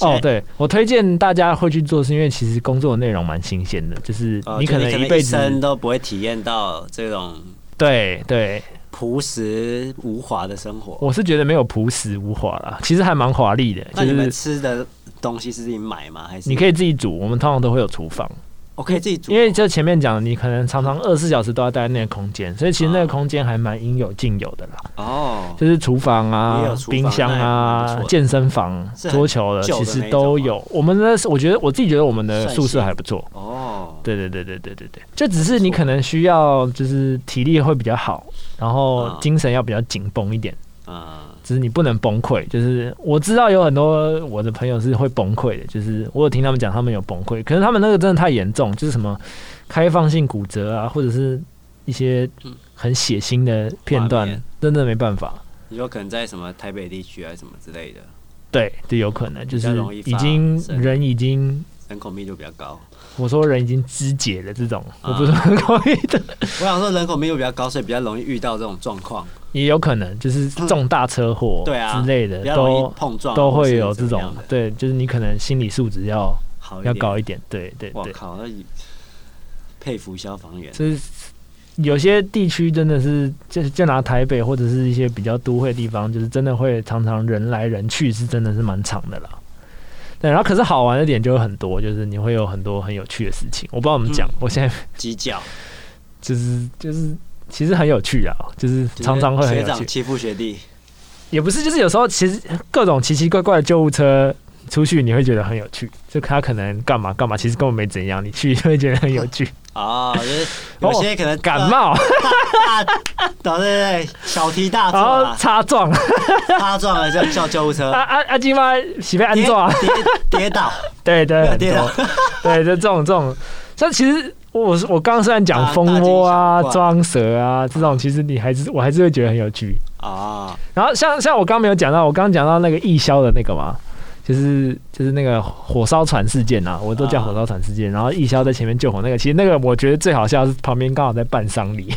Speaker 2: 哦，，对，我推荐大家会去做，是因为其实工作内容蛮新鲜的，就是
Speaker 1: 哦
Speaker 2: 你
Speaker 1: 就
Speaker 2: 可能
Speaker 1: 一
Speaker 2: 辈子
Speaker 1: 生都不会体验到这种
Speaker 2: 对对，
Speaker 1: 朴实无华的生活。
Speaker 2: 我是觉得没有朴实无华啦，其实还蛮华丽的，
Speaker 1: 那
Speaker 2: 就
Speaker 1: 你们
Speaker 2: 是
Speaker 1: 吃的东西是自己买吗？还是
Speaker 2: 你可以自己煮，我们通常都会有厨房，
Speaker 1: 我可以自己煮？
Speaker 2: 因为就前面讲，你可能常常二十四小时都要待在那个空间，所以其实那
Speaker 1: 啊
Speaker 2: 个空间还蛮应有尽有的啦，
Speaker 1: 哦，
Speaker 2: 就是厨房
Speaker 1: 也
Speaker 2: 啊
Speaker 1: 有、厨房
Speaker 2: 冰箱
Speaker 1: 那也
Speaker 2: 啊
Speaker 1: 不错、
Speaker 2: 健身房
Speaker 1: 是、很
Speaker 2: 桌球的，
Speaker 1: 旧的
Speaker 2: 其
Speaker 1: 那
Speaker 2: 实
Speaker 1: 一种
Speaker 2: 都
Speaker 1: 吗
Speaker 2: 有。我们的我觉得我自己觉得我们的
Speaker 1: 算
Speaker 2: 宿舍
Speaker 1: 新
Speaker 2: 还不错，
Speaker 1: 哦，
Speaker 2: 对对对对对对对，就只是你可能需要就是体力会比较好，然后
Speaker 1: 啊
Speaker 2: 精神要比较紧绷一点。
Speaker 1: 嗯，
Speaker 2: 只是你不能崩溃，就是我知道有很多我的朋友是会崩溃的，就是我有听他们讲他们有崩溃，可是他们那个真的太严重，就是什么开放性骨折啊，或者是一些很血腥的片
Speaker 1: 嗯画
Speaker 2: 段
Speaker 1: 面，
Speaker 2: 真的没办法。
Speaker 1: 你说可能在什么台北地区啊，什么之类的，
Speaker 2: 对，就有可能就是
Speaker 1: 较容易发
Speaker 2: 已经
Speaker 1: 生
Speaker 2: 人已经，
Speaker 1: 人口密度比较高。
Speaker 2: 我说人已经肢解了这种，
Speaker 1: 啊
Speaker 2: 我不是很故意 的，
Speaker 1: 我想说人口密度比较高，所以比较容易遇到这种状况，
Speaker 2: 也有可能就是重大车祸
Speaker 1: 嗯对啊
Speaker 2: 之类的
Speaker 1: 比较容易
Speaker 2: 都。
Speaker 1: 碰撞，啊
Speaker 2: 都
Speaker 1: 或
Speaker 2: 会
Speaker 1: 是
Speaker 2: 有
Speaker 1: 怎
Speaker 2: 这种
Speaker 1: 么样的，
Speaker 2: 对，就是你可能心理素质要
Speaker 1: 好一
Speaker 2: 要
Speaker 1: 点
Speaker 2: 高一点，对对
Speaker 1: 我
Speaker 2: 对。
Speaker 1: 靠，那你佩服消防员。
Speaker 2: 就是有些地区真的是，就是就拿台北或者是一些比较都会的地方，就是真的会常常人来人去，是真的是蛮长的啦。对，然后可是好玩的点就有很多，就是你会有很多很有趣的事情。我不知道怎么讲，
Speaker 1: 嗯
Speaker 2: 我现在
Speaker 1: 鸡叫，
Speaker 2: 就是就是其实很有趣啊，就是
Speaker 1: 就是
Speaker 2: 常常会很
Speaker 1: 学
Speaker 2: 有
Speaker 1: 长
Speaker 2: 趣，
Speaker 1: 欺负学弟，也
Speaker 2: 也不是就是有时候其实各种奇奇怪怪的救护车。出去你会觉得很有趣，就他可能干嘛干嘛，其实根本没怎样，你去就会觉得很有 趣。
Speaker 1: 哦，就是 有些可能啊
Speaker 2: 感 冒，
Speaker 1: 大，大对对对，小题大做
Speaker 2: 然后
Speaker 1: 啊，
Speaker 2: 擦撞，
Speaker 1: 擦撞了就叫救护 车
Speaker 2: 啊，啊啊！鸡妈喜被安
Speaker 1: 跌
Speaker 2: 装啊，
Speaker 1: 跌跌倒，
Speaker 2: 对对，哎很
Speaker 1: 跌
Speaker 2: 多
Speaker 1: 倒，
Speaker 2: 对，就这种这种，这其实我我我刚刚虽然讲
Speaker 1: 大
Speaker 2: 蜂窝啊
Speaker 1: 大惊小、怪
Speaker 2: 装蛇啊这种，其实你还是我还是会觉得很有趣。
Speaker 1: 啊，
Speaker 2: 然后像像我刚刚没有讲到，我刚刚讲到那个义消的那个嘛，就是就是那个火烧船事件啊，我都叫
Speaker 1: 啊
Speaker 2: 火烧船事件。然后义消在前面救火那个，其实那个我觉得最好笑的是旁边刚好在办丧礼。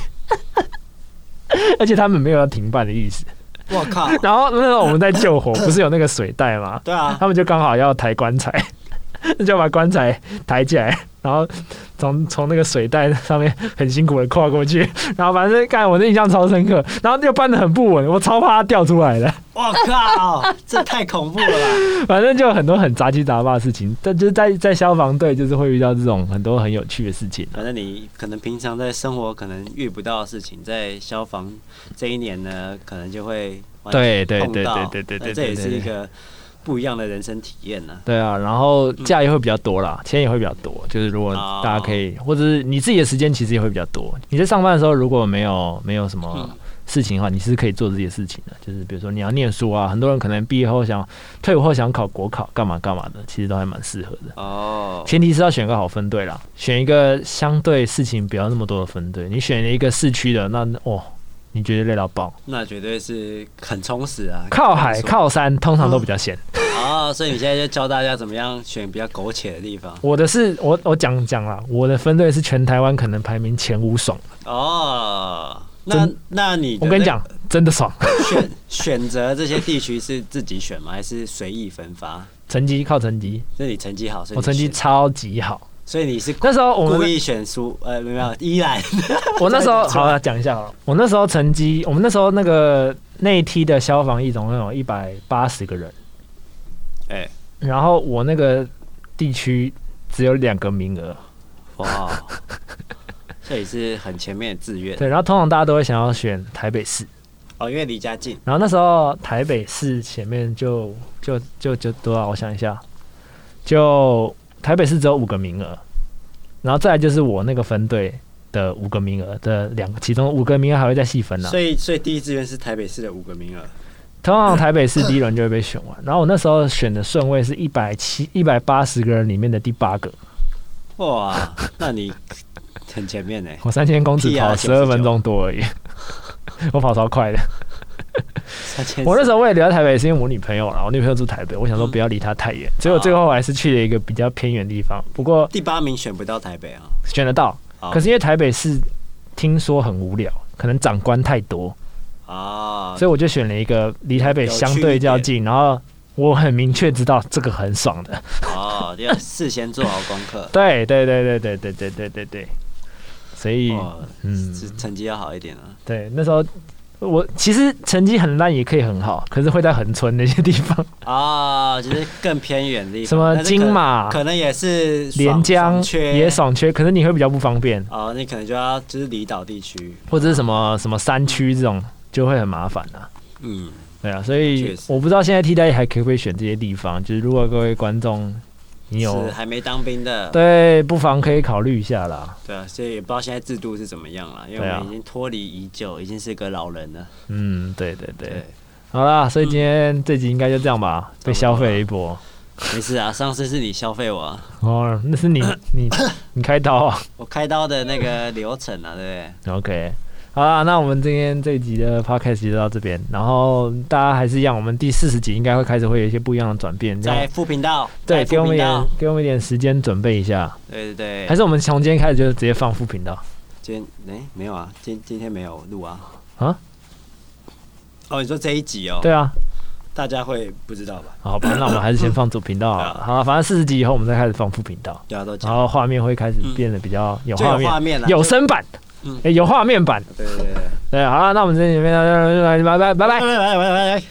Speaker 2: 而且他们没有要停办的意思。
Speaker 1: 我靠，
Speaker 2: 然后那时候我们在救火，不是有那个水袋吗？
Speaker 1: 对啊，
Speaker 2: 他们就刚好要抬棺材， 就把棺材抬起来，然后从从那个水袋上面很辛苦的跨过去，然后反正干我的印象超深刻，然后又搬的很不稳，我超怕它掉出来的，
Speaker 1: 我靠，这太恐怖了吧，
Speaker 2: 反正就有很多很杂七杂八的事情，但就是在在消防队就是会遇到这种很多很有趣的事情。
Speaker 1: 反正你可能平常在生活可能遇不到的事情，在消防这一年呢，可能就会完全
Speaker 2: 对对
Speaker 1: 碰
Speaker 2: 对
Speaker 1: 到
Speaker 2: 对对对
Speaker 1: 那
Speaker 2: 对
Speaker 1: 这也
Speaker 2: 对
Speaker 1: 是
Speaker 2: 对
Speaker 1: 一个不一样的人生体验呢。
Speaker 2: 对啊，然后假也会比较多啦，钱也会比较多。就是如果
Speaker 1: 嗯哦
Speaker 2: 大家可以，或者是你自己的时间其实也会比较多。你在上班的时候如果没有没有什么
Speaker 1: 嗯
Speaker 2: 事情的话，你是可以做自己的事情的。就是比如说你要念书啊，很多人可能毕业后想退伍后想考国考，干嘛干嘛的，其实都还蛮适合的。
Speaker 1: 哦，
Speaker 2: 前提是要选个好分队啦，选一个相对事情不要那么多的分队。你选了一个市区的，那哦，你绝对累到爆。
Speaker 1: 那绝对是很充实啊。
Speaker 2: 靠海靠山通常都
Speaker 1: 嗯
Speaker 2: 比较闲。
Speaker 1: 啊，所以你现在就教大家怎么样选比较苟且的地方
Speaker 2: 我的是我我讲讲啦，我的分队是全台湾可能排名前五爽。
Speaker 1: 哦。那
Speaker 2: 真
Speaker 1: 那你的
Speaker 2: 我跟你讲，真的爽，
Speaker 1: 那个，选选择这些地区是自己选吗？还是随意分发？
Speaker 2: 成绩靠成绩，
Speaker 1: 那你成绩好，所以
Speaker 2: 我
Speaker 1: 你
Speaker 2: 成绩
Speaker 1: 选
Speaker 2: 超级好。
Speaker 1: 所以你是
Speaker 2: 那时候我们
Speaker 1: 故意选输，呃，没有没有，依然
Speaker 2: 我那时候
Speaker 1: 出
Speaker 2: 好
Speaker 1: 来
Speaker 2: 了，讲一下好了。我那时候成绩，我们那时候那个那一梯的消防一总共有一百八十个人，
Speaker 1: 哎
Speaker 2: 然后我那个地区只有两个名额，
Speaker 1: 哇，所以是很前面的志愿
Speaker 2: 对。然后通常大家都会想要选台北市，
Speaker 1: 哦，因为离家近，
Speaker 2: 然后那时候台北市前面就就就就多啊少？我想一下，就台北市只有五个名额，然后再来就是我那个分队的五个名额的两个，其中五个名额还会再细分呢、
Speaker 1: 所以所以第一志愿是台北市的五个名额，
Speaker 2: 通常台北市第一轮就会被选完，然后我那时候选的顺位是一百七、一百八十个人里面的第八个，
Speaker 1: 哇，那你很前 面呢，
Speaker 2: 我三千公尺
Speaker 1: 屁啊
Speaker 2: 跑
Speaker 1: 99
Speaker 2: 十二分钟多 而已，我跑超快的。
Speaker 1: 三千
Speaker 2: 我那时候为了留在台北，是因为我女朋友啦，我女朋友住台北，我想说不要离她太远，所以我最后还是去了一个比较偏远的地方，不过
Speaker 1: 第八名选不到台北啊，
Speaker 2: 选得到。
Speaker 1: 好
Speaker 2: 可是因为台北市听说很无聊，可能长官太多，
Speaker 1: 啊，
Speaker 2: 所以我就选了一个离台北相对较近，然后我很明确知道这个很爽的。，
Speaker 1: 哦，要事先做好功课
Speaker 2: 对对对对对对对对对对，所以
Speaker 1: 哦，
Speaker 2: 嗯
Speaker 1: 是成绩要好一点啊，
Speaker 2: 对那时候我其实成绩很烂也可以很好，可是会在横村那些地 方，
Speaker 1: 啊，就是更偏远的地方，
Speaker 2: 什么
Speaker 1: 但是可
Speaker 2: 金马、
Speaker 1: 可能也是
Speaker 2: 连
Speaker 1: 爽
Speaker 2: 江
Speaker 1: 爽缺
Speaker 2: 也爽缺，可是你会比较不方便，
Speaker 1: 哦，你可能就要就是离岛地区，
Speaker 2: 或者是什么什么山区这种就会很麻烦啊。
Speaker 1: 嗯，
Speaker 2: 对啊，所以
Speaker 1: 确实
Speaker 2: 我不知道现在替代役还可不可以选这些地方，就是如果各位观众你有
Speaker 1: 是还没当兵的，
Speaker 2: 对，不妨可以考虑一下啦。
Speaker 1: 对啊，所以也不知道现在制度是怎么样了，因为
Speaker 2: 对啊
Speaker 1: 我们已经脱离已久，已经是个老人了。
Speaker 2: 嗯，对对对，
Speaker 1: 对，嗯
Speaker 2: 好啦，所以今天这集应该就这样吧，被消费了一波。
Speaker 1: 没事啊，上次是你消费我啊，
Speaker 2: 哦，那是你 你你开刀啊。
Speaker 1: 我开刀的那个流程啊，对不对？
Speaker 2: OK，好啦，那我们今天这一集的 podcast 就到这边，然后大家还是一样，我们第四十集应该会开始会有一些不一样的转变，这
Speaker 1: 在
Speaker 2: 样
Speaker 1: 副频道，
Speaker 2: 对，
Speaker 1: 在
Speaker 2: 给
Speaker 1: 副
Speaker 2: 我们一
Speaker 1: 频道
Speaker 2: 点，给我们一点时间准备一下，
Speaker 1: 对对
Speaker 2: 还
Speaker 1: 对，
Speaker 2: 是我们从今天开始就直接放副频道？
Speaker 1: 今天哎没有啊，今今天没有录啊。
Speaker 2: 啊？
Speaker 1: 哦，你说这一集哦，
Speaker 2: 对啊，
Speaker 1: 大家会不知道吧？
Speaker 2: 好吧，那我们还是先放主频道好了。好了，反正四十集以后我们再开始放副频道，
Speaker 1: 大家啊都
Speaker 2: 然
Speaker 1: 讲，
Speaker 2: 后画面会开始变得比较有
Speaker 1: 就
Speaker 2: 画
Speaker 1: 有
Speaker 2: 面，
Speaker 1: 画面了，
Speaker 2: 有
Speaker 1: 就
Speaker 2: 声版，
Speaker 1: 嗯
Speaker 2: 诶有画面版。
Speaker 1: 对对对对，
Speaker 2: 对，好了，那我们这里面拜拜拜拜拜。
Speaker 1: 来来来来来。